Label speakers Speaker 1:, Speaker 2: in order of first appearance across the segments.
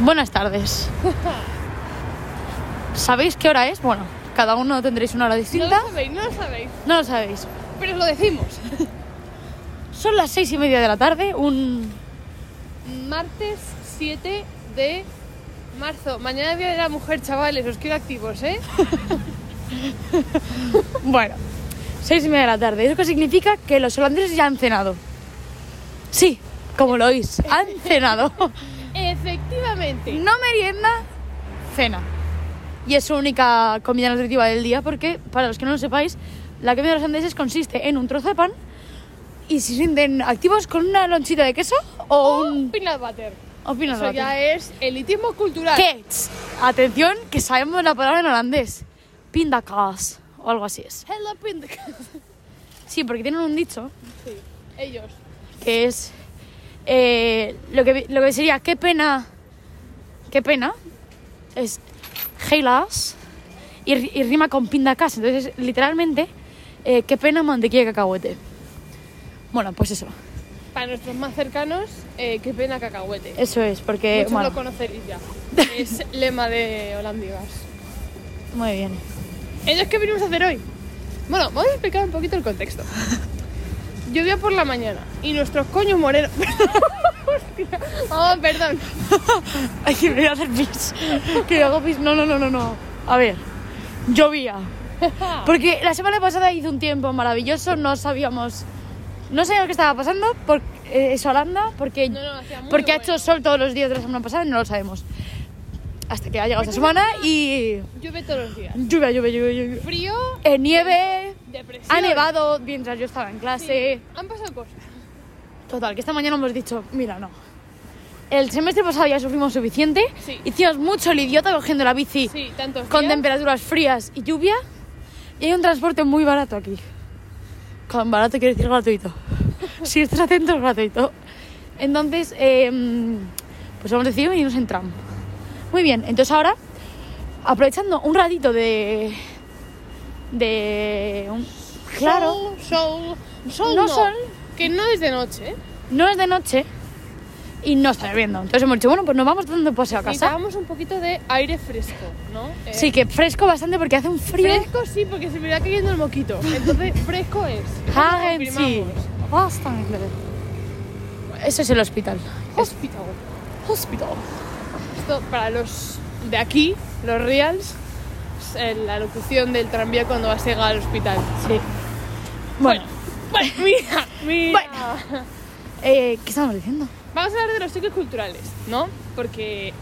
Speaker 1: Buenas tardes. ¿Sabéis qué hora es? Bueno, cada uno tendréis una hora
Speaker 2: No
Speaker 1: distinta.
Speaker 2: lo sabéis, no lo sabéis.
Speaker 1: No lo sabéis.
Speaker 2: Pero lo decimos.
Speaker 1: Son las seis y media de la tarde, un...
Speaker 2: Martes 7 de marzo. Mañana es Día de la Mujer, chavales. Os quiero activos, ¿eh?
Speaker 1: Bueno, seis y media de la tarde. ¿Eso qué significa? Que los holandeses ya han cenado. Sí, como lo oís, han cenado.
Speaker 2: Efectivamente.
Speaker 1: No merienda, cena. Y es su única comida nutritiva del día porque, para los que no lo sepáis, la comida de los holandeses consiste en un trozo de pan y se sienten activos con una lonchita de queso o
Speaker 2: Un
Speaker 1: un...
Speaker 2: peanut butter.
Speaker 1: o peanut
Speaker 2: Oh, Eso
Speaker 1: butter.
Speaker 2: ya es elitismo cultural.
Speaker 1: ¿Qué? Tss, Atención, que sabemos la palabra en holandés. Pindakaas o algo así es.
Speaker 2: Hello, peanut.
Speaker 1: Sí, porque tienen un dicho
Speaker 2: Sí, ellos.
Speaker 1: que es eh, lo, que, lo que sería qué pena, qué pena es helaas y, ri- y rima con pindacas. Entonces, literalmente, eh, qué pena mantequilla y cacahuete. Bueno, pues eso,
Speaker 2: Para nuestros más cercanos, eh, qué pena cacahuete.
Speaker 1: eso es, porque.
Speaker 2: Muchos
Speaker 1: Eh, bueno,
Speaker 2: lo conoceréis ya. Es lema de Holandigas.
Speaker 1: muy bien.
Speaker 2: ¿Ellos qué venimos a hacer hoy? Bueno, vamos a explicar un poquito el contexto. Llovía por la mañana y nuestros coños morenos. Hostia. Oh, perdón.
Speaker 1: Ay, que me voy a hacer pis. Que hago pis. No, no, no, no, no. A ver, llovía. Porque la semana pasada hizo un tiempo maravilloso, no sabíamos. No sabíamos qué estaba pasando, porque eh, es Holanda, porque,
Speaker 2: No, no, hacía muy
Speaker 1: porque ha
Speaker 2: bueno.
Speaker 1: hecho sol todos los días de la semana pasada y no lo sabemos. Hasta que ha llegado esta semana y.
Speaker 2: Llueve todos los días.
Speaker 1: Lluvia, lluvia, lluvia, lluvia.
Speaker 2: Frío,
Speaker 1: Eh, nieve,
Speaker 2: depresión.
Speaker 1: ha nevado mientras yo estaba en
Speaker 2: Sí,
Speaker 1: clase.
Speaker 2: Han pasado cosas.
Speaker 1: Total, que esta mañana hemos dicho, mira, no. El semestre pasado ya sufrimos suficiente.
Speaker 2: Sí.
Speaker 1: Hicimos mucho el idiota cogiendo la bici
Speaker 2: Sí, tantos
Speaker 1: con
Speaker 2: días.
Speaker 1: temperaturas frías y lluvia. Y hay un transporte muy barato aquí. Con barato quiero decir gratuito. si estás atento, es gratuito. Entonces, eh, pues hemos decidido venirnos en tram. Muy bien, entonces ahora, aprovechando un ratito de. de. un- claro.
Speaker 2: Sol, sol, sol
Speaker 1: No
Speaker 2: no.
Speaker 1: sol.
Speaker 2: Que no es de noche. ¿eh?
Speaker 1: no es de noche y no está lloviendo. Entonces hemos dicho, bueno, pues nos vamos dando paseo a casa.
Speaker 2: Necesitábamos un poquito de aire fresco, ¿no? Eh,
Speaker 1: Sí, que fresco bastante porque hace un frío.
Speaker 2: Fresco sí, porque se me va cayendo el moquito. Entonces, fresco es.
Speaker 1: Hagen, Ah, sí.
Speaker 2: Confirmamos.
Speaker 1: Bastante. Eso es el hospital.
Speaker 2: Hospital.
Speaker 1: Hospital.
Speaker 2: Esto para los de aquí, los reals, es eh, la locución del tranvía cuando vas a llegar al hospital.
Speaker 1: Sí. Bueno,
Speaker 2: Bueno, mira, mira.
Speaker 1: eh, ¿qué estamos diciendo?
Speaker 2: Vamos a hablar de los choques culturales, ¿no? Porque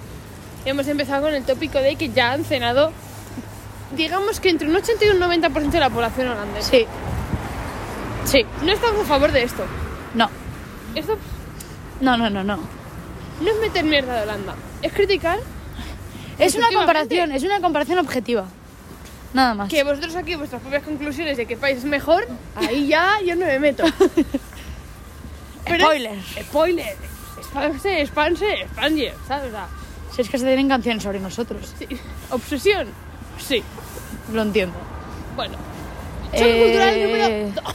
Speaker 2: hemos empezado con el tópico de que ya han cenado, digamos que entre un 80 y un 90% de la población holandesa.
Speaker 1: Sí. Sí.
Speaker 2: No estamos a favor de esto.
Speaker 1: No.
Speaker 2: Esto
Speaker 1: No, no, no, no.
Speaker 2: no es meter mierda de Holanda, es criticar
Speaker 1: Es una
Speaker 2: Efectivamente.
Speaker 1: comparación, es una comparación objetiva. Nada más.
Speaker 2: que vosotros aquí vuestras propias conclusiones de qué país es mejor, ahí ya yo no me meto. pero-
Speaker 1: Spoiler.
Speaker 2: Spoiler. Expanse, expanse, expanse, ¿sabes? O sea,
Speaker 1: Si es que se tienen canciones sobre nosotros.
Speaker 2: sí. Obsesión. Sí.
Speaker 1: Lo entiendo.
Speaker 2: Bueno. Choque cultural
Speaker 1: Eh,
Speaker 2: número dos.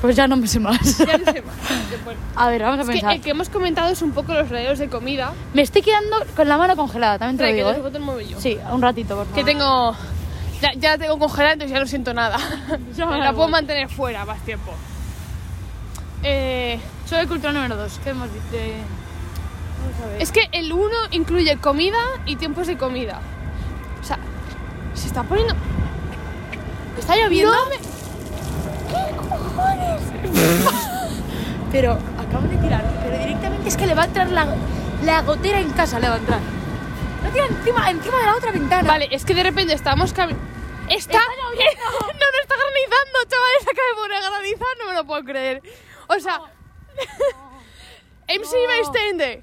Speaker 1: Pues ya no me sé más.
Speaker 2: Ya no sé más. Que, bueno,
Speaker 1: A ver, vamos a
Speaker 2: Es que
Speaker 1: pensar.
Speaker 2: el que hemos comentado es un poco los radios de comida.
Speaker 1: Me estoy quedando con la mano congelada, también te
Speaker 2: Espera,
Speaker 1: lo digo.
Speaker 2: que no
Speaker 1: ¿eh?
Speaker 2: se bote el móvil yo.
Speaker 1: Sí, un ratito, por favor.
Speaker 2: Que tengo. Ya, ya tengo congelada, entonces ya no siento nada.
Speaker 1: Ya me
Speaker 2: Me la puedo
Speaker 1: voy.
Speaker 2: mantener fuera más tiempo. Eh,
Speaker 1: Soy el cultura número 2. ¿Qué hemos dicho?
Speaker 2: Es que el 1 incluye comida y tiempos de comida. O sea, se está poniendo.
Speaker 1: ¿Está lloviendo?
Speaker 2: No me-
Speaker 1: Pero acabo de tirar, pero directamente es que le va a entrar la, la gotera en casa, le va a entrar. No tira encima, encima de la otra ventana.
Speaker 2: Vale, es que de repente estamos caminando. ¡Está! no, no está granizando, chavales, acaba de poner granizo, no me lo puedo creer. O sea. MC va extende.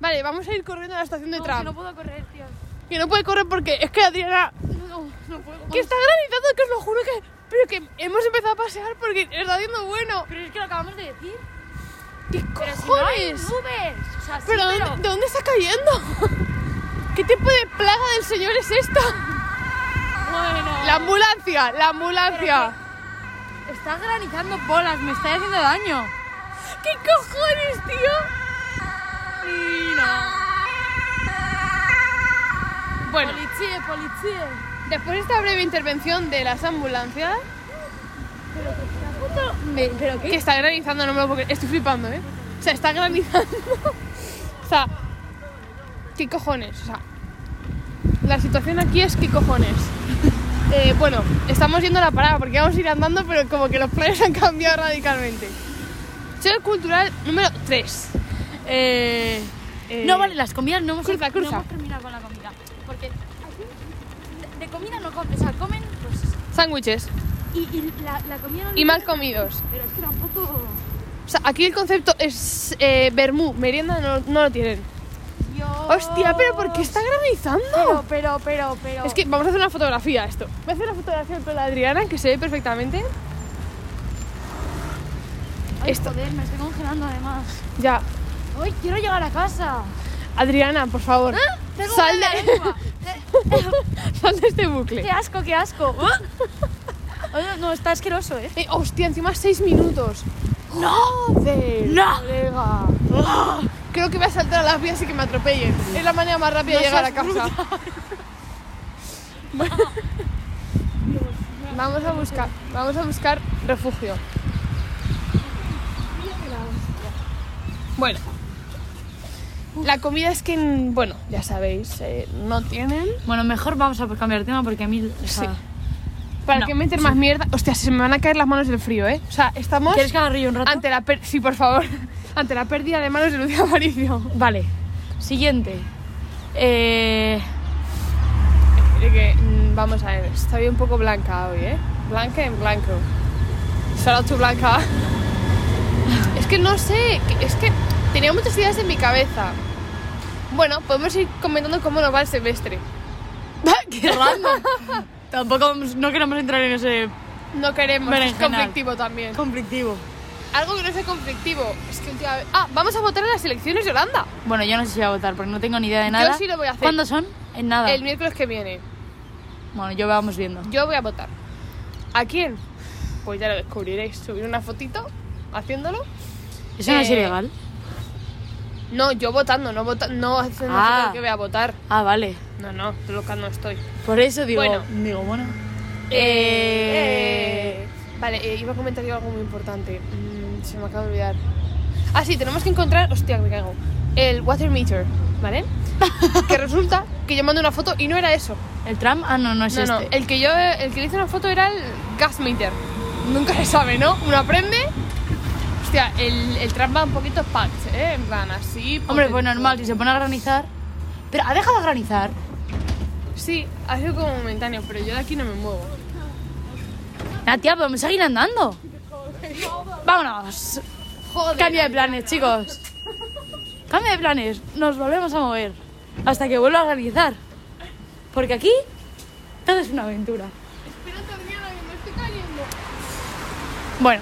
Speaker 2: Vale, vamos a ir corriendo a la estación de tram.
Speaker 1: puedo correr, tío.
Speaker 2: Que no puede correr porque es que Adriana.
Speaker 1: No, no puedo.
Speaker 2: Que está granizando, que os lo juro que. Pero que hemos empezado a pasear porque está haciendo bueno.
Speaker 1: Pero es que lo acabamos de decir.
Speaker 2: ¿Qué
Speaker 1: Pero si no hay
Speaker 2: cojones?
Speaker 1: nubes. O sea, sí,
Speaker 2: ¿Pero
Speaker 1: pero...
Speaker 2: ¿dónde, de dónde está cayendo? ¿Qué tipo de plaga del señor es esta?
Speaker 1: Bueno.
Speaker 2: La ambulancia, la ambulancia.
Speaker 1: Está granizando bolas, me está haciendo daño.
Speaker 2: ¿Qué cojones, tío?
Speaker 1: policía!
Speaker 2: Después de esta breve intervención de las ambulancias,
Speaker 1: ¿Pero
Speaker 2: que está granizando, no me lo puedo creer, estoy flipando, ¿eh? O sea, está granizando. o sea, ¿qué cojones? O sea, la situación aquí es ¿qué cojones? Eh, bueno, estamos yendo a la parada porque vamos a ir andando, pero como que los planes han cambiado radicalmente. Ser cultural número 3. Eh, eh,
Speaker 1: No, vale, las comidas no hemos,
Speaker 2: Cruza, cruza.
Speaker 1: No hemos terminado con la comida. Porque aquí de, de comida no comen, o sea, comen pues...
Speaker 2: Sándwiches
Speaker 1: Y, y la, la comida no
Speaker 2: y mal comidos.
Speaker 1: Pero es que tampoco...
Speaker 2: O sea, aquí el concepto es eh, vermú, merienda no, no lo tienen.
Speaker 1: Dios.
Speaker 2: Hostia, pero ¿por qué está granizando?
Speaker 1: Pero, pero, pero, pero...
Speaker 2: Es que vamos a hacer una fotografía a esto. Voy a hacer una fotografía con la Adriana que se ve perfectamente.
Speaker 1: Ay,
Speaker 2: esto-
Speaker 1: joder, me estoy congelando además.
Speaker 2: Ya,
Speaker 1: Hoy quiero llegar a casa.
Speaker 2: Adriana, por favor,
Speaker 1: Tengo
Speaker 2: Sal
Speaker 1: mal la
Speaker 2: de-
Speaker 1: lengua.
Speaker 2: sal de este bucle.
Speaker 1: qué asco, qué asco. Oye, no, está asqueroso, ¿eh?
Speaker 2: Eh, hostia, encima 6 minutos.
Speaker 1: ¡No!
Speaker 2: Joder,
Speaker 1: No. Ah.
Speaker 2: colega. Creo que voy a saltar a las vías y que me atropellen. Es la manera más rápida de
Speaker 1: Mm. No
Speaker 2: llegar a
Speaker 1: seas
Speaker 2: casa. Bueno. vamos a buscar, vamos a buscar refugio. Bueno. La comida es que, mm, bueno, ya sabéis, eh, no tienen.
Speaker 1: Bueno, mejor vamos a cambiar de tema porque a mí... o sea,
Speaker 2: Sí. ¿Para
Speaker 1: No,
Speaker 2: qué meter más mierda? Hostia, se me van a caer las manos del frío, ¿eh? O sea, estamos
Speaker 1: ¿Quieres que agarre yo un rato?
Speaker 2: ante la pérdida... Sí, por favor. Ante la pérdida de manos de Lucía Aparicio.
Speaker 1: Vale. Siguiente. Eh...
Speaker 2: De que, mm, vamos a ver, está bien un poco blanca hoy, ¿eh? Blanca en blanco. Shout out to Blanca. es que no sé, que- es que tenía muchas ideas en mi cabeza. Bueno, podemos ir comentando cómo nos va el semestre.
Speaker 1: ¡Qué random! Tampoco vamos- no queremos entrar en ese
Speaker 2: No queremos, es
Speaker 1: Berenjenal.
Speaker 2: conflictivo también.
Speaker 1: conflictivo.
Speaker 2: Algo que no sea conflictivo, es que últimamente... Ah, vamos a votar en las elecciones de Holanda.
Speaker 1: Bueno, yo no sé si voy a votar porque no tengo ni idea de nada.
Speaker 2: sí lo voy a hacer.
Speaker 1: ¿Cuándo son? En nada.
Speaker 2: El miércoles que viene.
Speaker 1: Bueno, yo vamos viendo.
Speaker 2: Yo voy a votar. ¿A quién? Pues ya lo descubriréis. Subir una fotito haciéndolo.
Speaker 1: ¿Eso no es
Speaker 2: Eh,
Speaker 1: ilegal?
Speaker 2: No, yo votando, no vota, no haciendo
Speaker 1: Ah.
Speaker 2: que voy a votar.
Speaker 1: Ah, vale.
Speaker 2: No, no, yo loca no estoy.
Speaker 1: Por eso digo,
Speaker 2: Bueno.
Speaker 1: digo, bueno.
Speaker 2: Eh, Vale, eh, iba a comentar yo algo muy importante. Mm, se me acaba de olvidar. Ah, sí, tenemos que encontrar. Hostia, me cago. El water meter, ¿vale? que resulta que yo mando una foto y no era eso.
Speaker 1: ¿El tram? Ah, no, no es
Speaker 2: no, no.
Speaker 1: este.
Speaker 2: El que yo el que le hice una foto era el gas meter. Nunca se sabe, ¿no? Uno aprende. Hostia, el, el tram va un poquito packed, ¿eh? En plan, así.
Speaker 1: Hombre, pues
Speaker 2: potente.
Speaker 1: normal, si se pone a granizar. Pero ha dejado de granizar.
Speaker 2: Sí, ha sido como momentáneo, pero yo de aquí no me muevo.
Speaker 1: La tía, podemos seguir andando. Vámonos.
Speaker 2: Joder.
Speaker 1: Cambia de planes, chicos. Cambia de planes. Nos volvemos a mover. Hasta que vuelva a granizar. Porque aquí todo es una aventura.
Speaker 2: Espera, Adriana, que me estoy cayendo.
Speaker 1: Bueno.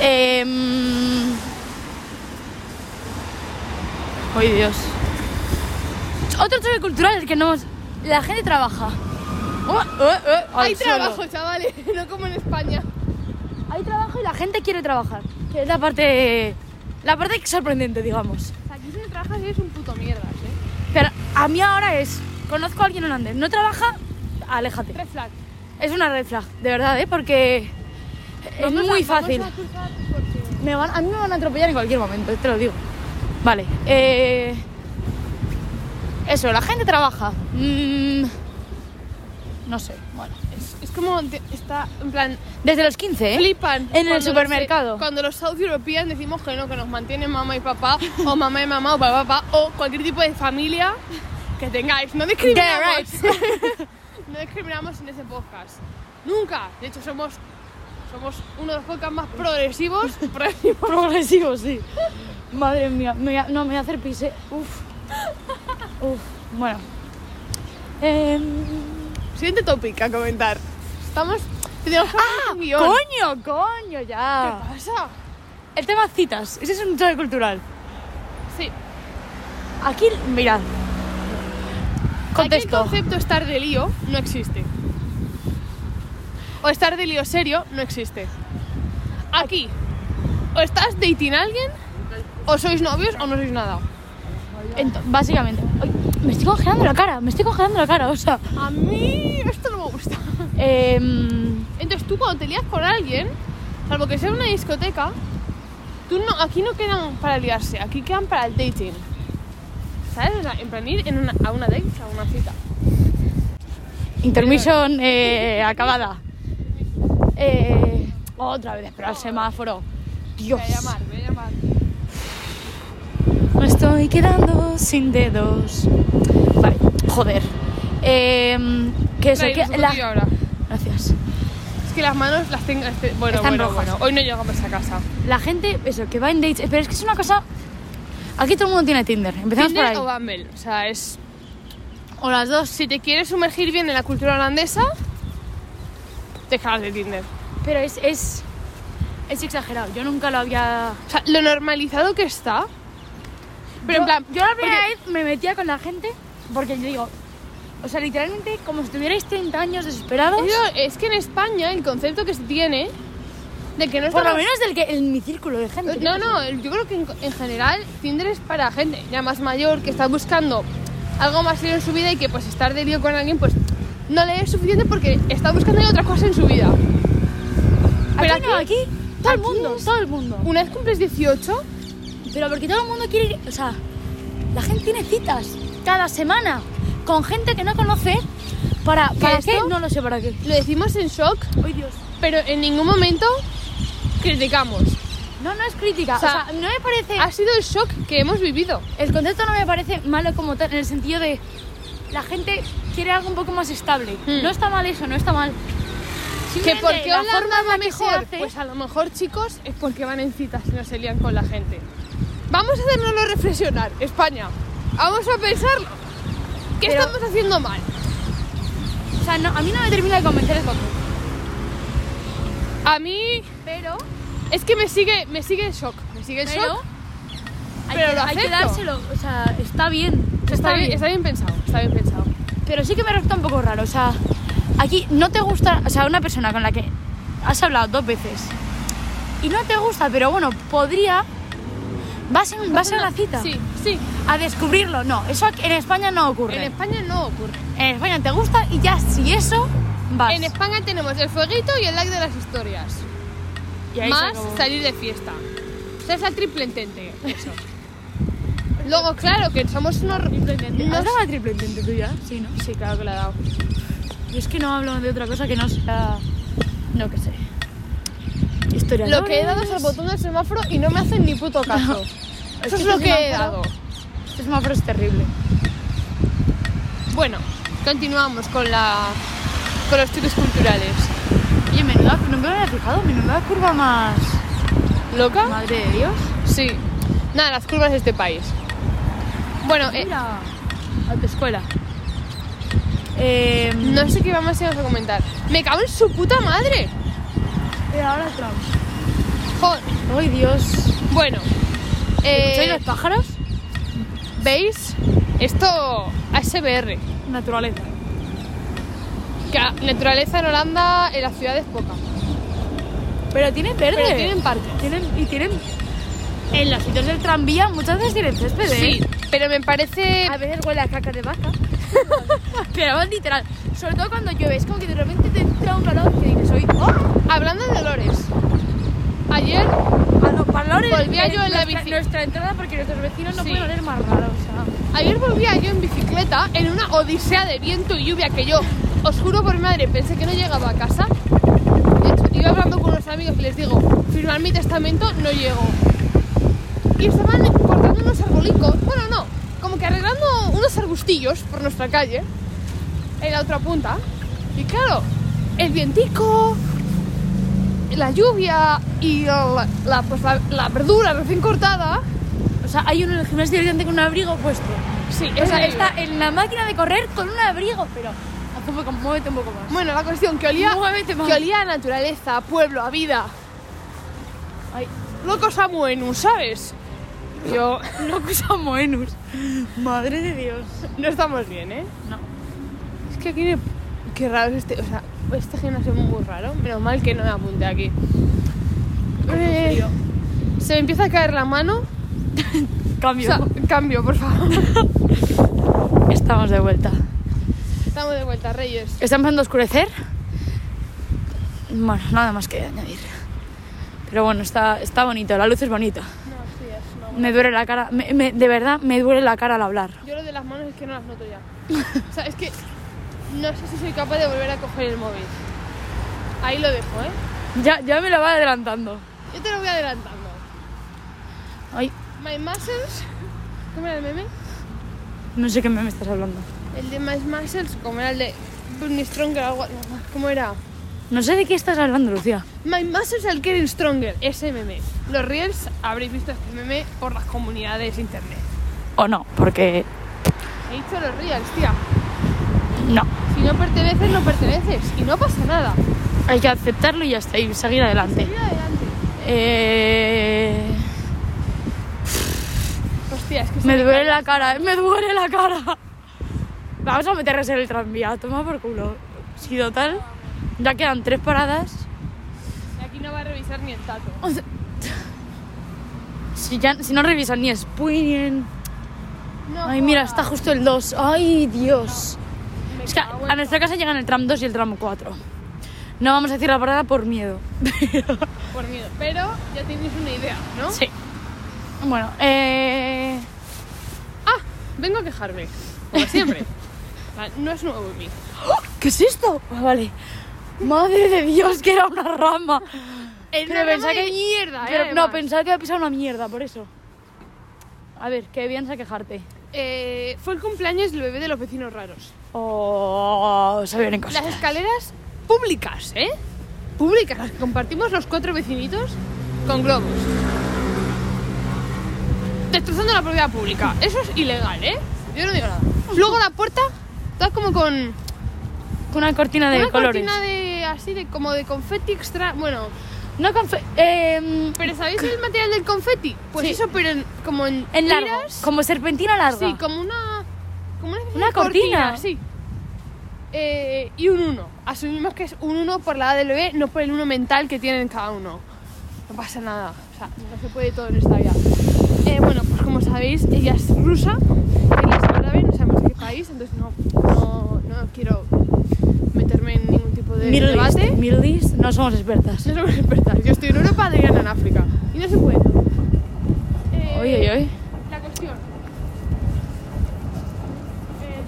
Speaker 1: Em, Ay, Dios. Otro choque cultural es que no... La gente trabaja. Oh, oh, oh, al
Speaker 2: Hay
Speaker 1: suelo.
Speaker 2: trabajo, chavales, no como en España.
Speaker 1: Hay trabajo y la gente quiere trabajar. Que es la parte... La parte sorprendente, digamos.
Speaker 2: Aquí si no trabajas eres un puto mierdas, eh.
Speaker 1: Pero a mí ahora es... Conozco a alguien holandés. No trabaja, aléjate.
Speaker 2: Red flag.
Speaker 1: Es una red flag, de verdad, ¿eh? Porque es
Speaker 2: Vamos a-
Speaker 1: muy
Speaker 2: vamos
Speaker 1: fácil.
Speaker 2: a cruzar porque-
Speaker 1: Me van- a mí me van a atropellar en cualquier momento, te lo digo. Vale. eh, eso, la gente trabaja. Mm, no sé, bueno.
Speaker 2: Es, es como de- está, en plan,
Speaker 1: Desde los 15, ¿eh?
Speaker 2: flipan.
Speaker 1: En
Speaker 2: cuando
Speaker 1: el
Speaker 2: los-
Speaker 1: supermercado.
Speaker 2: cuando los South European decimos que no, que nos mantienen mamá y papá, o mamá y mamá, o papá y papá, o cualquier tipo de familia que tengáis. No discriminamos. no discriminamos en ese podcast. Nunca. De hecho, somos, somos uno de los podcasts más progresivos. progresivos.
Speaker 1: Progresivo, sí. Madre mía, me voy a- no, me voy a hacer pise. Uf. Uf, bueno. Em,
Speaker 2: Siguiente topic a comentar. Estamos. Tenemos que hacer un guión.
Speaker 1: Ah, coño, coño,
Speaker 2: ¿Qué
Speaker 1: ya.
Speaker 2: pasa?
Speaker 1: El tema citas, ese es un choque cultural.
Speaker 2: Sí.
Speaker 1: Aquí, mirad.
Speaker 2: Aquí el
Speaker 1: Contesto.
Speaker 2: concepto estar de lío no existe. O estar de lío serio no existe. Aquí, o estás dating a alguien, o sois novios o no sois nada.
Speaker 1: Ento- básicamente. Ay, me estoy congelando la cara, me estoy congelando la cara, o sea.
Speaker 2: A mí esto no me gusta.
Speaker 1: em,
Speaker 2: Entonces tú cuando te lías con alguien, salvo que sea una discoteca, tú no, aquí no quedan para liarse, aquí quedan para el dating. ¿Sabes? O sea, en plan ir en una- a una date, a una cita.
Speaker 1: intermission eh, acabada. Eh, otra vez, pero al semáforo. Dios.
Speaker 2: voy a llamar.
Speaker 1: Me estoy quedando sin dedos. Vale, joder. Em, que se
Speaker 2: Espera,
Speaker 1: que-
Speaker 2: y
Speaker 1: la-
Speaker 2: nosotros yo ahora.
Speaker 1: Gracias.
Speaker 2: Es que las manos las tengo. este- bueno,
Speaker 1: Están
Speaker 2: bueno,
Speaker 1: rojas.
Speaker 2: bueno. Hoy no llegamos a casa.
Speaker 1: La gente, eso, que va en dates. Pero es que es una cosa. Aquí todo el mundo tiene Tinder. Empezamos
Speaker 2: Tinder o
Speaker 1: por ahí.
Speaker 2: Bumble. O sea, es.
Speaker 1: O las dos.
Speaker 2: Si te quieres sumergir bien en la cultura holandesa, te jalas de Tinder.
Speaker 1: Pero es, es. Es exagerado. Yo nunca lo había.
Speaker 2: O sea, lo normalizado que está. Pero en plan,
Speaker 1: yo la primera
Speaker 2: porque-
Speaker 1: vez me metía con la gente porque yo digo. O sea, literalmente, como si tuvierais 30 años desesperados.
Speaker 2: Eso- es que en España el concepto que se tiene de que no es
Speaker 1: Por lo
Speaker 2: para-
Speaker 1: menos del que, en mi círculo de gente.
Speaker 2: No, no, yo creo que en, en general Tinder es para gente ya más mayor que está buscando algo más serio en su vida y que pues estar de lío con alguien pues no le es suficiente porque está buscando ya otra cosa en su vida.
Speaker 1: Pero
Speaker 2: Pero
Speaker 1: aquí, no, aquí,
Speaker 2: aquí-
Speaker 1: todo el
Speaker 2: aquí
Speaker 1: mundo,
Speaker 2: es-
Speaker 1: todo el mundo.
Speaker 2: Una vez cumples 18,
Speaker 1: Pero porque todo el mundo quiere ir, o sea, la gente tiene citas cada semana con gente que no conoce para ¿para qué?
Speaker 2: esto?
Speaker 1: No lo sé para qué.
Speaker 2: lo decimos en shock,
Speaker 1: Ay, Dios.
Speaker 2: pero en ningún momento criticamos.
Speaker 1: No, no es crítica, o
Speaker 2: O
Speaker 1: sea,
Speaker 2: sea,
Speaker 1: no me parece
Speaker 2: Ha sido el shock que hemos vivido.
Speaker 1: el concepto no me parece malo como tal en el sentido de la gente quiere algo un poco más estable.
Speaker 2: Hmm.
Speaker 1: No está mal eso, no está mal.
Speaker 2: Que
Speaker 1: Simplemente
Speaker 2: por qué
Speaker 1: la
Speaker 2: Holanda
Speaker 1: forma en
Speaker 2: va
Speaker 1: la que se
Speaker 2: mejor,
Speaker 1: hace,
Speaker 2: pues a lo mejor chicos es porque van en citas y no se lían con la gente. Vamos a hacernoslo reflexionar, España. Vamos a pensarlo. ¿Qué
Speaker 1: Pero-
Speaker 2: estamos haciendo mal?
Speaker 1: o sea, no, a mí no me termina de convencer el concepto.
Speaker 2: A mí
Speaker 1: Pero,
Speaker 2: es que me sigue, me sigue el shock, me sigue el
Speaker 1: pero,
Speaker 2: shock.
Speaker 1: hay,
Speaker 2: pero
Speaker 1: que,
Speaker 2: lo
Speaker 1: hay que
Speaker 2: acepto.
Speaker 1: dárselo, o sea, está bien.
Speaker 2: Está, bien, está bien pensado, está bien pensado.
Speaker 1: Pero sí que me resulta un poco raro, o sea, aquí no te gusta, o sea, una persona con la que has hablado dos veces y no te gusta, pero bueno, podría, vas, en, vas a la cita
Speaker 2: Sí, sí.
Speaker 1: a descubrirlo, no, eso aquí- en España no ocurre.
Speaker 2: En
Speaker 1: En,
Speaker 2: España no ocurre.
Speaker 1: España te gusta y ya si eso, vas.
Speaker 2: En España tenemos el fueguito y el like de las historias.
Speaker 1: Y ahí se
Speaker 2: más
Speaker 1: acabó.
Speaker 2: salir de fiesta. O sea, es la triple entente, eso. Luego, claro, que somos unos...
Speaker 1: ¿No
Speaker 2: unos-
Speaker 1: has dado la triple intento tú ya? Sí, ¿no?
Speaker 2: Sí, claro que la he dado.
Speaker 1: Y es que no hablo de otra cosa que no sea, no que sé. Historia
Speaker 2: Lo que he dado es al botón del semáforo y no me hacen ni puto caso.
Speaker 1: Es
Speaker 2: Eso
Speaker 1: que
Speaker 2: es lo
Speaker 1: este
Speaker 2: que he
Speaker 1: semáforo-
Speaker 2: dado.
Speaker 1: Este semáforo es terrible.
Speaker 2: Bueno, continuamos con la con los trucos culturales.
Speaker 1: Oye, menuda, nunca me había fijado, menuda curva más...
Speaker 2: ¿Loca?
Speaker 1: Madre de Dios.
Speaker 2: Sí. Nada, las curvas de este país. Bueno, eh,
Speaker 1: Mira, autoescuela. Eh,
Speaker 2: no sé qué más íbamos a comentar. ¡Me cago en su puta madre!
Speaker 1: pero eh, ahora Trump.
Speaker 2: Joder.
Speaker 1: Ay, Dios.
Speaker 2: Bueno.
Speaker 1: ¿Sois
Speaker 2: Eh,
Speaker 1: los pájaros?
Speaker 2: ¿Veis? Esto ASBR.
Speaker 1: Naturaleza.
Speaker 2: Que la naturaleza en Holanda, en las ciudades poca.
Speaker 1: Pero tienen verde.
Speaker 2: Pero tienen parques.
Speaker 1: Tienen- y tienen... En los sitios del tranvía muchas veces tienen césped, ¿eh?
Speaker 2: Sí, pero me parece...
Speaker 1: A veces huele a caca de vaca. pero literal. Sobre todo cuando llueve. Es como que de repente te entra un calor que dices, hoy... ¡Oh!
Speaker 2: Hablando de olores. Ayer
Speaker 1: A los valores.
Speaker 2: Volvía yo en la
Speaker 1: Nuestra-
Speaker 2: bici-
Speaker 1: Nuestra entrada porque nuestros vecinos no
Speaker 2: Sí.
Speaker 1: pueden oler más raro, o sea...
Speaker 2: Ayer volvía yo en bicicleta en una odisea de viento y lluvia que yo, os juro por mi madre, pensé que no llegaba a casa. De hecho, iba hablando con unos amigos y les digo, firmar mi testamento, no llego. Y estaban cortando unos arbolicos, bueno, no, como que arreglando unos arbustillos por nuestra calle, en la otra punta. Y claro, el vientico, la lluvia y la, la- pues la- la verdura recién cortada.
Speaker 1: O sea, hay uno en el gimnasio directamente con un abrigo puesto.
Speaker 2: Sí,
Speaker 1: O sea, está en la máquina de correr con un abrigo, pero haz un poco, muévete un poco más.
Speaker 2: Bueno, la cuestión, que olía,
Speaker 1: Muévete más.
Speaker 2: que olía a naturaleza, a pueblo, a vida.
Speaker 1: Ay,
Speaker 2: Loco Samuenus, ¿sabes? Yo,
Speaker 1: no cosa moenus. Madre de Dios.
Speaker 2: no estamos bien, ¿eh?
Speaker 1: No.
Speaker 2: Es que aquí, qué raro es este, o sea, este gimnasio es muy raro. Menos mal que no me apunté aquí. Eh,
Speaker 1: frío.
Speaker 2: se me empieza a caer la mano. O
Speaker 1: Cambio.
Speaker 2: sea, cambio, por favor.
Speaker 1: Estamos de vuelta.
Speaker 2: Estamos de vuelta, Reyes.
Speaker 1: Está empezando a oscurecer. Bueno, nada más que añadir. Pero bueno, está, está bonito, la luz es bonita.
Speaker 2: No, sí, es una
Speaker 1: Me duele la cara, me- me- de verdad me duele la cara al hablar.
Speaker 2: Yo lo de las manos es que no las noto ya. O sea, es que no sé si soy capaz de volver a coger el móvil. Ahí lo dejo, ¿eh?
Speaker 1: Ya, ya me la va adelantando.
Speaker 2: Yo te lo voy adelantando.
Speaker 1: Ay,
Speaker 2: My muscles. ¿Cómo era el meme?
Speaker 1: no sé qué me estás hablando.
Speaker 2: El de My muscles, como era el de Burning Stronger o algo. no, ¿Cómo era?
Speaker 1: No sé de qué estás hablando, Lucía.
Speaker 2: My muscles are getting stronger. Ese meme. Los reels habréis visto este meme por las comunidades de internet.
Speaker 1: O no, porque
Speaker 2: He dicho los reels, tía.
Speaker 1: no.
Speaker 2: Si no perteneces, no perteneces. Y no pasa nada.
Speaker 1: Hay que aceptarlo y ya está, y seguir adelante.
Speaker 2: Mira adelante.
Speaker 1: Eh,
Speaker 2: Hostia, es que se
Speaker 1: Me duele la cara, eh, me duele la cara. Vamos a meterles en el tranvía, toma por culo. Si total, ya quedan tres paradas.
Speaker 2: Y aquí no va a revisar ni el tato.
Speaker 1: O sea, Si, ya, si no revisan ni Spin.
Speaker 2: No
Speaker 1: Ay, mira,
Speaker 2: jodas.
Speaker 1: está justo el 2. Ay, Dios.
Speaker 2: Me
Speaker 1: Es que
Speaker 2: cago en
Speaker 1: a nuestra casa llegan el tram 2 y el tram 4. No vamos a decir la parada por miedo.
Speaker 2: todo, Por miedo. Pero ya tenéis una idea, ¿no?
Speaker 1: Sí. Bueno, eh...
Speaker 2: Ah, vengo a quejarme. Como siempre. Ah, no es nuevo en mí.
Speaker 1: ¡Oh! ¿Qué es esto? Ah, vale. Madre de Dios, que era una rama.
Speaker 2: El
Speaker 1: Pero pensaba que-
Speaker 2: mierda,
Speaker 1: Pero,
Speaker 2: eh,
Speaker 1: no,
Speaker 2: además.
Speaker 1: pensaba que había pisado una mierda, por eso. A ver, que vienes a quejarte.
Speaker 2: Eh, fue el cumpleaños del bebé de los vecinos raros.
Speaker 1: Oh, se vienen cosas.
Speaker 2: Las escaleras públicas, ¿eh? Públicas, las que compartimos los cuatro vecinitos con globos. Destrozando la propiedad pública. Eso es ilegal, ¿eh? Yo no digo nada. Luego la puerta, todas como con
Speaker 1: Una cortina de
Speaker 2: una
Speaker 1: colores.
Speaker 2: cortina de así de como de confeti extra. Bueno,
Speaker 1: No confe... Eh,
Speaker 2: pero ¿sabéis el material del confeti? Pues
Speaker 1: Sí.
Speaker 2: eso, pero en- como en,
Speaker 1: en largo.
Speaker 2: Em, tiras.
Speaker 1: Como serpentina larga.
Speaker 2: Sí, como una. Como una, especie
Speaker 1: Una
Speaker 2: de cortina.
Speaker 1: cortina.
Speaker 2: sí. Eh, y un 1. Asumimos que es un 1 por la edad del bebé, no por el 1 mental que tienen cada uno. No pasa nada. O sea, no se puede todo en esta vida. Eh, bueno, pues como sabéis, ella es rusa, él es árabe, no sabemos de qué país, entonces no, no, no quiero meterme en ningún tipo de
Speaker 1: Middle East.
Speaker 2: debate.
Speaker 1: Middle East, no somos expertas.
Speaker 2: No somos expertas. Yo estoy en Europa, Adriana en África. Y no se puede. Eh,
Speaker 1: Oye, oye, oye.
Speaker 2: La cuestión.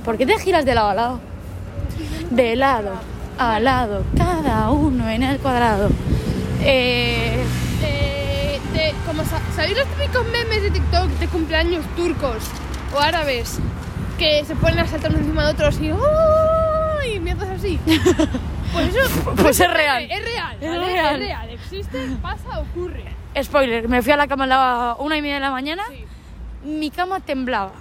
Speaker 1: ¿Por qué te giras de lado a lado? De lado a lado, cada uno en el cuadrado. Eh,
Speaker 2: Eh, de- como sa- ¿Sabéis los típicos memes de TikTok de cumpleaños turcos o árabes que se ponen a saltar unos encima de otros y, ¡oh! y mierdas así? Pues eso
Speaker 1: Pues es real.
Speaker 2: Es real,
Speaker 1: Es
Speaker 2: ¿vale?
Speaker 1: real.
Speaker 2: Es real. Existe, pasa, ocurre.
Speaker 1: spoiler, me fui a la cama a la una y media de la mañana,
Speaker 2: Sí.
Speaker 1: mi cama temblaba.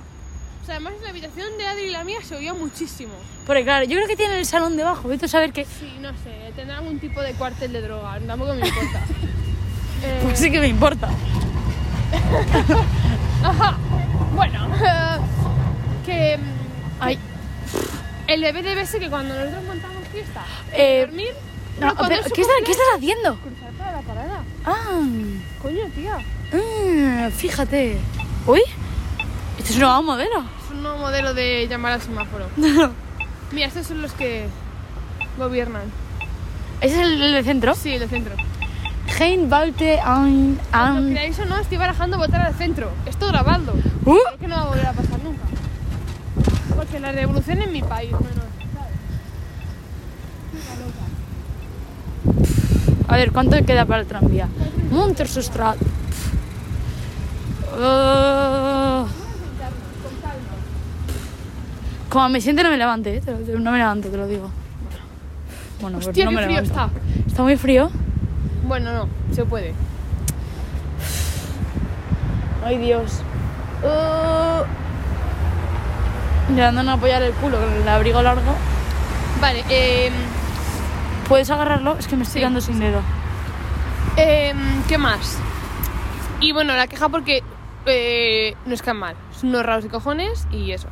Speaker 2: O sea, además en la habitación de Adri y la mía se oía muchísimo.
Speaker 1: Porque claro, yo creo que tiene el salón debajo, vete a saber que...
Speaker 2: Sí, no sé, tendrá algún tipo de cuartel de droga, tampoco me importa. Eh,
Speaker 1: Pues sí que me importa.
Speaker 2: Ajá. Bueno, eh, que mm,
Speaker 1: Ay,
Speaker 2: el bebé debe ser que cuando nosotros montamos fiesta,
Speaker 1: Eh,
Speaker 2: dormir,
Speaker 1: no,
Speaker 2: pero cuando
Speaker 1: pero,
Speaker 2: es su
Speaker 1: ¿qué, estás, qué
Speaker 2: cumpleaños,
Speaker 1: estás haciendo?
Speaker 2: cruzar toda la parada.
Speaker 1: Ah,
Speaker 2: Coño, tía,
Speaker 1: mm, fíjate. Uy, esto es un nuevo modelo.
Speaker 2: es un nuevo modelo de llamar al semáforo. Mira, estos son los que gobiernan.
Speaker 1: ¿Ese es el, el del centro?
Speaker 2: Sí, el del centro.
Speaker 1: Hein Baute an-
Speaker 2: Lo
Speaker 1: an-
Speaker 2: creáis o no, estoy barajando votar al centro. Esto grabando.
Speaker 1: Uh,
Speaker 2: Creo que no va a volver a pasar nunca. Porque la revolución en mi país, bueno,
Speaker 1: A ver, ¿cuánto queda para el tranvía? Monter Sustrat. Uh. Como me siente no me levante, eh, te lo- no me levanto, te lo digo. Bueno, pues
Speaker 2: Hostia,
Speaker 1: no
Speaker 2: qué
Speaker 1: me
Speaker 2: frío
Speaker 1: levanto.
Speaker 2: está.
Speaker 1: Está muy frío.
Speaker 2: Bueno, no, se puede.
Speaker 1: Ay, Dios. Mirando a apoyar el culo con el abrigo largo.
Speaker 2: Vale, eh.
Speaker 1: ¿Puedes agarrarlo? Es que me estoy
Speaker 2: Sí,
Speaker 1: dando sin dedo.
Speaker 2: Em, ¿Qué más? Y bueno, la queja porque eh, no es que mal. Son unos raros de cojones y eso.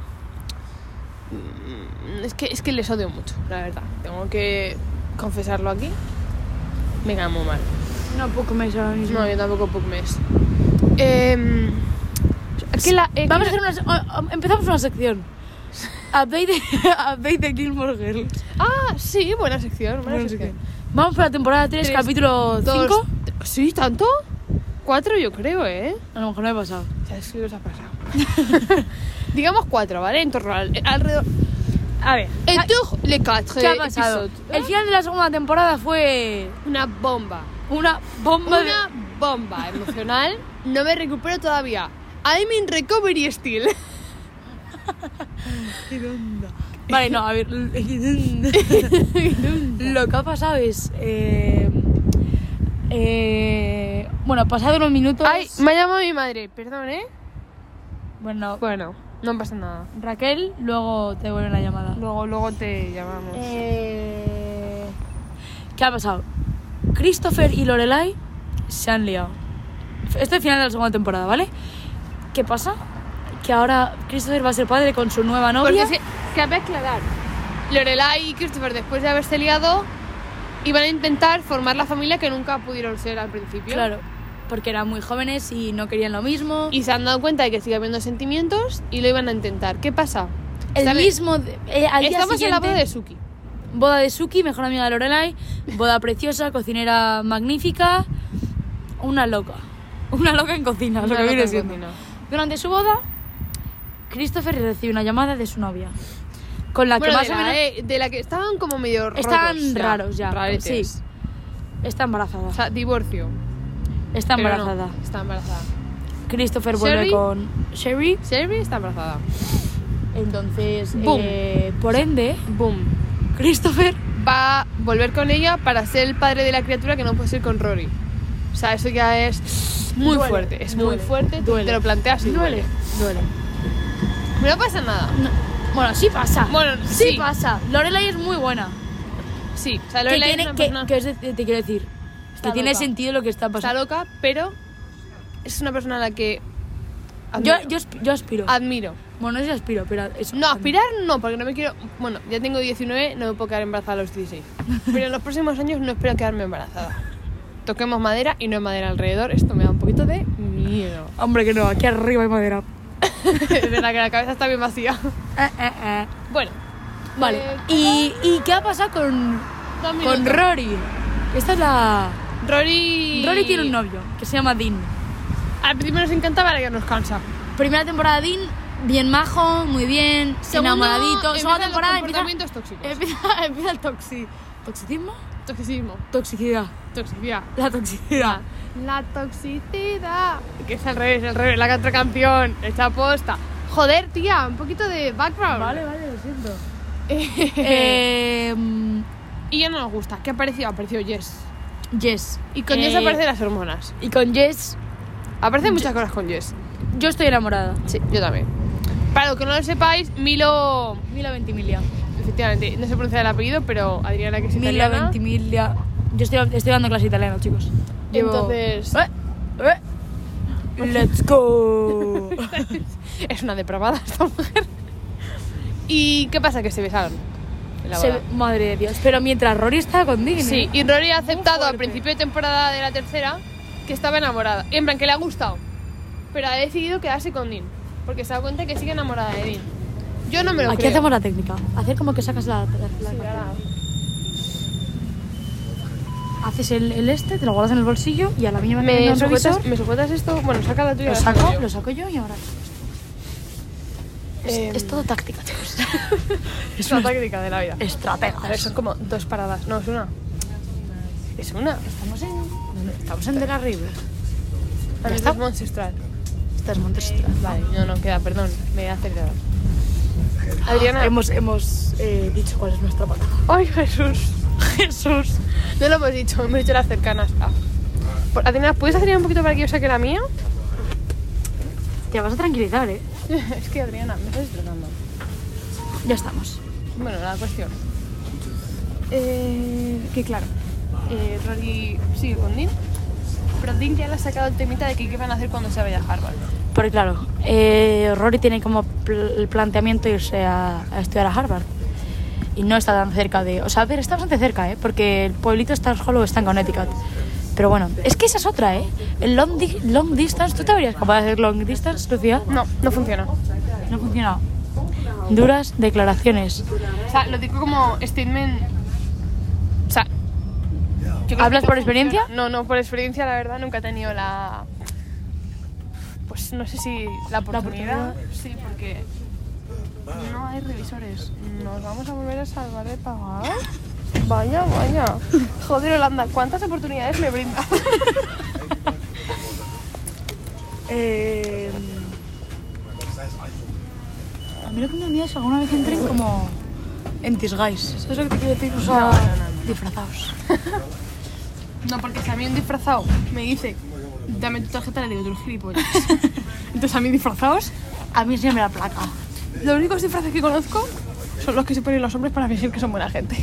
Speaker 2: Mm, Es que, es que les odio mucho, la verdad. Tengo que confesarlo aquí. Me caen muy mal.
Speaker 1: No, poco me ahora mismo.
Speaker 2: No, yo tampoco Pugmes. Eh,
Speaker 1: que la,
Speaker 2: Em, eh,
Speaker 1: vamos a
Speaker 2: que
Speaker 1: hacer una... o- o- empezamos una sección. Update de, update de Gilmore Girls.
Speaker 2: Ah, sí, buena sección, buena,
Speaker 1: Bueno, no sé
Speaker 2: sección.
Speaker 1: qué. Vamos para la temporada 3,
Speaker 2: Tres,
Speaker 1: capítulo
Speaker 2: Dos,
Speaker 1: 5.
Speaker 2: tre- Sí, ¿tanto? Cuatro yo creo, ¿eh?
Speaker 1: A lo mejor no he pasado.
Speaker 2: Ya es que os ha pasado. Digamos cuatro, ¿vale? En torno al... Alrededor... A ver. En torno le quatre
Speaker 1: ¿Qué ha pasado?
Speaker 2: episodes.
Speaker 1: El final de la segunda temporada fue
Speaker 2: Una bomba.
Speaker 1: una bomba de...
Speaker 2: Una bomba emocional. No me recupero todavía. I'm in recovery still.
Speaker 1: Vale, no, a ver. Lo que ha pasado es. eh, eh, bueno, pasado unos minutos.
Speaker 2: Ay, me ha llamado mi madre, perdón, ¿eh?
Speaker 1: Bueno,
Speaker 2: Bueno, no pasa nada.
Speaker 1: Raquel, luego te vuelve la llamada.
Speaker 2: Luego, luego te llamamos.
Speaker 1: Eh, ¿Qué ha pasado? Christopher y Lorelai se han liado. Este es el final de la segunda temporada, ¿vale? ¿Qué pasa? Que ahora Christopher va a ser padre con su nueva novia.
Speaker 2: Porque se, cabe aclarar. Lorelai y Christopher, después de haberse liado, iban a intentar formar la familia que nunca pudieron ser al principio.
Speaker 1: Claro, porque eran muy jóvenes y no querían lo mismo.
Speaker 2: Y se han dado cuenta de que sigue habiendo sentimientos y lo iban a intentar. ¿Qué pasa?
Speaker 1: El
Speaker 2: Sale-
Speaker 1: mismo. de- eh, al día
Speaker 2: Estamos en la boda de
Speaker 1: siguiente,
Speaker 2: Suki.
Speaker 1: boda de Suki, mejor amiga de Lorelai. Boda preciosa, cocinera magnífica. Una loca. Una loca en cocina, lo
Speaker 2: Una
Speaker 1: que
Speaker 2: loca
Speaker 1: viene
Speaker 2: en
Speaker 1: siendo.
Speaker 2: cocina.
Speaker 1: Durante su boda, Christopher recibe una llamada de su novia. Con la
Speaker 2: Bueno,
Speaker 1: que
Speaker 2: de,
Speaker 1: más o
Speaker 2: la,
Speaker 1: menos
Speaker 2: eh, de la que estaban como medio rotos.
Speaker 1: Estaban
Speaker 2: o sea,
Speaker 1: raros ya,
Speaker 2: raretes.
Speaker 1: sí. está embarazada.
Speaker 2: O sea, divorcio.
Speaker 1: está
Speaker 2: Pero no,
Speaker 1: embarazada.
Speaker 2: está embarazada.
Speaker 1: Christopher vuelve
Speaker 2: Sherry.
Speaker 1: con Sherry.
Speaker 2: Sherry está embarazada.
Speaker 1: Entonces,
Speaker 2: Boom.
Speaker 1: eh, por ende,
Speaker 2: Boom.
Speaker 1: Christopher
Speaker 2: va a volver con ella para ser el padre de la criatura que no puede ser con Rory. O sea, eso ya es muy
Speaker 1: Duele,
Speaker 2: fuerte. Es muy
Speaker 1: duele,
Speaker 2: fuerte. tú
Speaker 1: duele.
Speaker 2: Te lo planteas y duele.
Speaker 1: duele.
Speaker 2: No pasa nada.
Speaker 1: No. Bueno, sí pasa.
Speaker 2: Bueno,
Speaker 1: sí,
Speaker 2: sí.
Speaker 1: pasa. Lorelai es muy buena.
Speaker 2: Sí, o sea,
Speaker 1: Que
Speaker 2: Lorelai es
Speaker 1: tiene-
Speaker 2: una
Speaker 1: que-
Speaker 2: persona-
Speaker 1: que es de- te quiero decir,
Speaker 2: Está
Speaker 1: que tiene
Speaker 2: loca.
Speaker 1: sentido lo que está
Speaker 2: pues está
Speaker 1: pasando.
Speaker 2: loca, pero es una persona a la que
Speaker 1: yo,
Speaker 2: admiro.
Speaker 1: yo, asp- yo aspiro.
Speaker 2: admiro.
Speaker 1: bueno, no sé si aspiro, pero eso.
Speaker 2: No, aspirar no, porque no me quiero... Bueno, ya tengo 19, no me puedo quedar embarazada a los 16. Pero en los próximos años no espero quedarme embarazada. Toquemos madera y no hay madera alrededor. Esto me da un poquito de miedo.
Speaker 1: Hombre, que no, aquí arriba hay madera.
Speaker 2: Es verdad que la cabeza está bien vacía. Bueno,
Speaker 1: Vale.
Speaker 2: Eh,
Speaker 1: ¿Y, ¿Y qué ha pasado con,
Speaker 2: dos
Speaker 1: con
Speaker 2: minutos.
Speaker 1: Rory? Esta es la.
Speaker 2: Rory.
Speaker 1: Rory tiene un novio que se llama Dean.
Speaker 2: Al principio nos encantaba, ahora ya nos cansa.
Speaker 1: Primera temporada, Dean, bien majo, muy bien, enamoradito.
Speaker 2: Segunda
Speaker 1: Segunda temporada
Speaker 2: los
Speaker 1: empieza, em-
Speaker 2: comportamientos tóxicos.
Speaker 1: empieza, empieza el toxi. ¿Toxicismo?
Speaker 2: Toxicismo.
Speaker 1: Toxicidad.
Speaker 2: Toxicidad.
Speaker 1: La toxicidad.
Speaker 2: La toxicidad. Que es al revés, al revés. La otra canción. Esta posta. Joder, tía, un poquito de background.
Speaker 1: vale, lo siento.
Speaker 2: Eh,
Speaker 1: Eh,
Speaker 2: y ya no nos gusta. ¿Qué apareció? Apareció Jess.
Speaker 1: Jess.
Speaker 2: Y con
Speaker 1: Eh,
Speaker 2: Jess aparecen las hormonas.
Speaker 1: Y con Jess,
Speaker 2: Aparecen muchas cosas con Jess.
Speaker 1: yo estoy enamorada.
Speaker 2: Sí, yo también. Para los que no lo sepáis, Milo.
Speaker 1: Mila Ventimiglia.
Speaker 2: Efectivamente, no se pronuncia el apellido, pero Adriana que es
Speaker 1: Mila
Speaker 2: italiana.
Speaker 1: Ventimiglia. Yo estoy, estoy dando clase de italiano, chicos. Llevo-
Speaker 2: Entonces,
Speaker 1: Eh, eh. Let's go.
Speaker 2: es una depravada esta mujer. ¿Y qué pasa? Que se besaron. en la
Speaker 1: Se-
Speaker 2: boda.
Speaker 1: madre de Dios. Pero mientras Rory está con Dean.
Speaker 2: Sí,
Speaker 1: ¿eh?
Speaker 2: y Rory ha aceptado al
Speaker 1: fuerte.
Speaker 2: principio de temporada de la tercera que estaba enamorada. En plan, que le ha gustado. Pero ha decidido quedarse con Dean. Porque se da cuenta que sigue enamorada de Dean. Yo no me lo
Speaker 1: Aquí
Speaker 2: creo.
Speaker 1: hacemos la técnica. Hacer como que sacas la. la- la-
Speaker 2: Sí, ahora.
Speaker 1: Haces el, el este, te lo guardas en el bolsillo y a la mínima que venga
Speaker 2: ¿Me
Speaker 1: un revisor,
Speaker 2: sujetas, ¿Me sujetas esto? Bueno, saca la tuya.
Speaker 1: lo
Speaker 2: la saco
Speaker 1: saco,
Speaker 2: yo.
Speaker 1: lo saco yo y ahora. Es,
Speaker 2: Em.
Speaker 1: es todo táctica, chicos.
Speaker 2: Es una táctica de la vida. A ver,
Speaker 1: Estrategas.
Speaker 2: son como dos paradas. No, es una. Es una.
Speaker 1: Estamos en. Estamos en De la River. Ya
Speaker 2: Ah, no,
Speaker 1: está.
Speaker 2: Es ancestral.
Speaker 1: Estás Montestra.
Speaker 2: Vale, no, no, queda, perdón, me he acertado. Adriana.
Speaker 1: Hemos, hemos eh, dicho cuál es nuestra palabra.
Speaker 2: ¡Ay, Jesús! ¡Jesús! No lo hemos dicho, hemos dicho las cercanas. Ah. Por- Adriana, ¿puedes hacer un poquito para que yo saque la mía?
Speaker 1: Te vas a tranquilizar, eh.
Speaker 2: es que Adriana, me estás destrozando.
Speaker 1: Ya estamos.
Speaker 2: Bueno, la cuestión. Eh, que claro, eh, Rory sigue con Dean, pero Dean ya le ha sacado el temita de que qué van a hacer cuando se vaya a Harvard.
Speaker 1: Pero claro, eh, Rory tiene como pl- el planteamiento irse a, a estudiar a Harvard. Y no está tan cerca de... O sea, a ver, está bastante cerca, ¿eh? Porque el pueblito está solo está en Connecticut. Pero bueno, es que esa es otra, ¿eh? El long, di- long distance, ¿tú te habrías capaz de hacer long distance, Lucía?
Speaker 2: No, no funciona.
Speaker 1: No funcionaba. Duras declaraciones.
Speaker 2: O sea, lo digo como statement. O sea. yo creo
Speaker 1: ¿Hablas
Speaker 2: que
Speaker 1: por experiencia?
Speaker 2: funciona. No, no, por experiencia, la verdad, nunca he tenido la. Pues no sé si la oportunidad.
Speaker 1: oportunidad.
Speaker 2: Sí, porque. No hay revisores. Nos vamos a volver a salvar de pagar. Vaya, vaya. Joder, Holanda, ¿cuántas oportunidades me brinda?
Speaker 1: Eh, a mí lo que me da miedo es alguna vez entren como en disguise. ¿Sabes lo que te quiero decir? O sea,
Speaker 2: No, no, no,
Speaker 1: disfrazados.
Speaker 2: No, porque si a mí un disfrazado me dice, dame tu tarjeta, le digo, tú eres gilipollas. Entonces a mí disfrazados
Speaker 1: A mí siempre la placa.
Speaker 2: Los únicos disfraces que conozco son los que se ponen los hombres para fingir que son buena gente.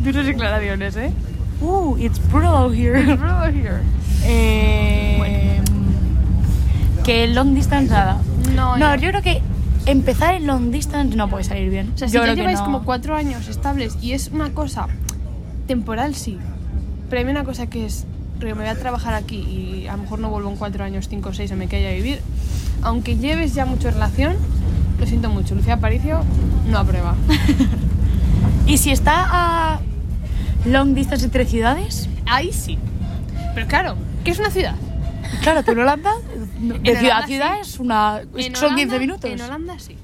Speaker 2: Duras declaraciones, ¿eh?
Speaker 1: Uh, it's brutal out here. Eh, Que el long distance nada.
Speaker 2: No,
Speaker 1: No,
Speaker 2: no.
Speaker 1: yo creo que empezar el long distance no puede salir bien.
Speaker 2: O sea, si
Speaker 1: yo
Speaker 2: ya
Speaker 1: creo que
Speaker 2: lleváis
Speaker 1: no.
Speaker 2: como cuatro años estables y es una cosa temporal, sí. Pero hay una cosa que es, porque me voy a trabajar aquí y a lo mejor no vuelvo en cuatro años, cinco o seis o me quede a vivir. Aunque lleves ya mucho relación, lo siento mucho. Lucía Aparicio no aprueba.
Speaker 1: Y si está a long distance entre ciudades,
Speaker 2: Ahí sí. Pero claro, ¿qué es una ciudad?
Speaker 1: claro, tú en Holanda, de
Speaker 2: En
Speaker 1: ciudad
Speaker 2: Holanda
Speaker 1: a ciudad
Speaker 2: sí.
Speaker 1: es una, es
Speaker 2: En
Speaker 1: que Pues son
Speaker 2: Holanda-
Speaker 1: 15 minutos.
Speaker 2: En Holanda sí.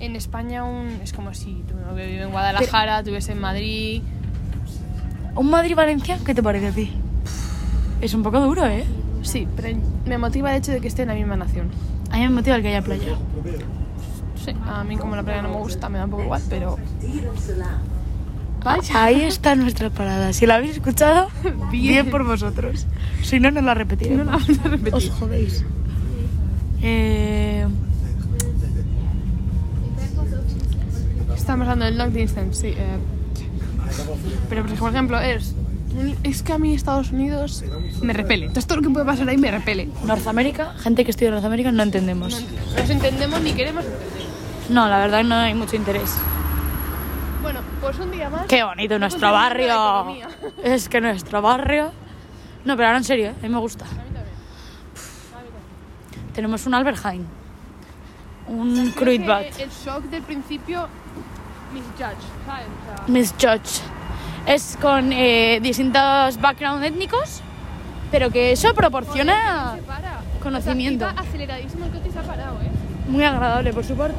Speaker 2: En España un, es como si tu novio vive en Guadalajara, tú vives en Madrid.
Speaker 1: ¿Un Madrid-Valencia? ¿Qué te parece a ti? Es un poco duro, ¿eh?
Speaker 2: Sí, pero me motiva el hecho de que esté en la misma nación.
Speaker 1: A mí me motiva el que haya playa.
Speaker 2: Sí, a mí como la playa no me gusta, me da un poco igual, pero... Vaya.
Speaker 1: Ahí está nuestra parada. Si la habéis escuchado, bien, por vosotros. Si no, no la repetiremos. Os jodéis. Eh,
Speaker 2: Estamos hablando del long distance, sí. eh, Pero pues, por ejemplo es... Es que a mí Estados Unidos me repele. Entonces todo lo que puede pasar ahí me repele.
Speaker 1: Norteamérica, gente que estudia en Norteamérica no entendemos.
Speaker 2: Nos entendemos ni queremos entender.
Speaker 1: No, la verdad no hay mucho interés.
Speaker 2: Bueno, pues un día más...
Speaker 1: Qué bonito
Speaker 2: Hemos
Speaker 1: nuestro
Speaker 2: aprendido la
Speaker 1: barrio.
Speaker 2: economía.
Speaker 1: Es que nuestro barrio. No, pero ahora en serio, ¿eh? a mí me gusta. Tenemos un Alberheim, un
Speaker 2: Creo
Speaker 1: Kruidvat,
Speaker 2: que El shock del principio, misjudge, ¿sabes? O sea,
Speaker 1: Miss Judge. Es con eh, distintos background étnicos, pero que eso proporciona
Speaker 2: se para.
Speaker 1: conocimiento.
Speaker 2: O sea, iba aceleradísimo el coche y se ha parado, ¿eh?
Speaker 1: muy agradable por su parte.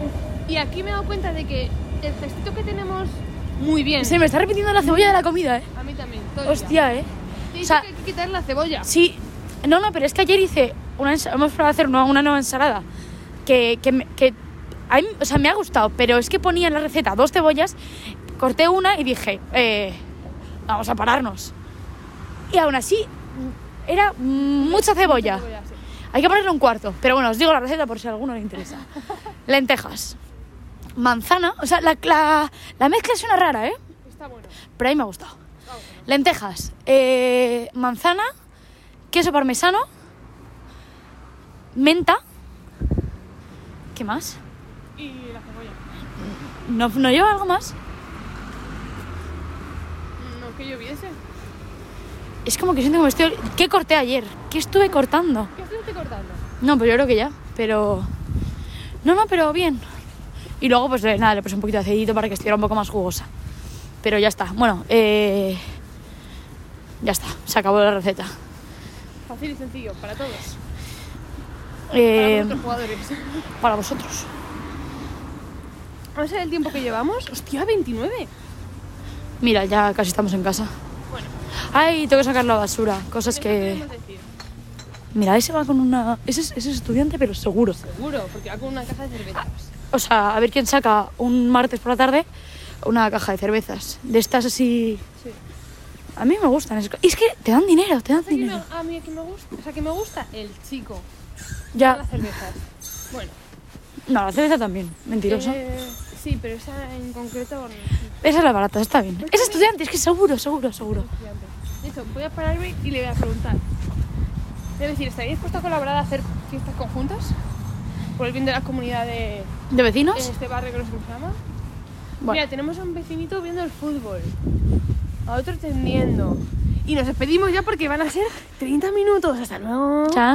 Speaker 2: Y aquí me he dado cuenta de que el gestito que tenemos muy bien.
Speaker 1: Se me está repitiendo la cebolla de la comida, ¿eh?
Speaker 2: A mí también. todo el día.
Speaker 1: Hostia, ¿eh?
Speaker 2: Te
Speaker 1: o
Speaker 2: dice
Speaker 1: sea-
Speaker 2: que hay que quitar la cebolla.
Speaker 1: Sí, no, no, pero es que ayer hice una ensa- hemos probado a hacer una, una nueva ensalada que, que, me- que a mí- o sea, me ha gustado, pero es que ponía en la receta dos cebollas, corté una y dije, eh, vamos a pararnos. Y aún así era mucha cebolla.
Speaker 2: sí.
Speaker 1: Hay que ponerle un cuarto, pero bueno, os digo la receta por si a alguno le interesa. Lentejas, manzana, o sea, la, la, la mezcla suena rara, ¿eh?
Speaker 2: Está bueno. Ah,
Speaker 1: Pero a mí me ha gustado. Lentejas, eh, manzana, queso parmesano, menta. ¿Qué más?
Speaker 2: Y la cebolla.
Speaker 1: ¿No, no lleva algo más?
Speaker 2: No que lloviese.
Speaker 1: Es como que siento que me estoy... ¿Qué corté ayer? ¿Qué estuve cortando?
Speaker 2: ¿Qué estuviste cortando?
Speaker 1: No, pero yo creo que ya. Pero... No, no, pero bien. Y luego, pues eh, nada, le puse un poquito de aceitito para que estuviera un poco más jugosa. Pero ya está. Bueno, eh... Ya está. Se acabó la receta.
Speaker 2: Fácil y sencillo, para todos.
Speaker 1: Eh,
Speaker 2: Para los jugadores.
Speaker 1: para vosotros.
Speaker 2: Vamos a ver el tiempo que llevamos. Hostia, 29.
Speaker 1: Mira, ya casi estamos en casa.
Speaker 2: Bueno.
Speaker 1: Ay, tengo que sacar la basura. Cosas
Speaker 2: ¿qué
Speaker 1: que.
Speaker 2: podemos decir?
Speaker 1: Mira, ese va con una. Ese es, ese es estudiante, pero seguro.
Speaker 2: Seguro, porque va con una caja de cervezas.
Speaker 1: O sea, a ver quién saca un martes por la tarde una caja de cervezas. De estas así.
Speaker 2: Sí.
Speaker 1: A mí me gustan. esas co- Y es que te dan dinero, te dan
Speaker 2: ¿Sabes quién
Speaker 1: dinero.
Speaker 2: me- a mí que me gusta, o sea, que me gusta el chico.
Speaker 1: Ya.
Speaker 2: Las cervezas. Bueno.
Speaker 1: No, la cerveza también. Mentirosa.
Speaker 2: eh, sí, pero esa en concreto. no,
Speaker 1: Esa es la barata, está bien.
Speaker 2: Pues
Speaker 1: Es
Speaker 2: también-
Speaker 1: estudiante, es que seguro, seguro, seguro.
Speaker 2: estudiante. De hecho, voy a pararme y le voy a preguntar. Le voy a decir, ¿estaría dispuesto a colaborar a hacer fiestas conjuntas? Por el bien de la comunidad de
Speaker 1: ¿De vecinos?
Speaker 2: en este barrio que nos se llama.
Speaker 1: Bueno.
Speaker 2: Mira, tenemos a un vecinito viendo el fútbol. a otro tendiendo. Y nos despedimos ya porque van a ser 30 minutos. Hasta luego.
Speaker 1: Chao.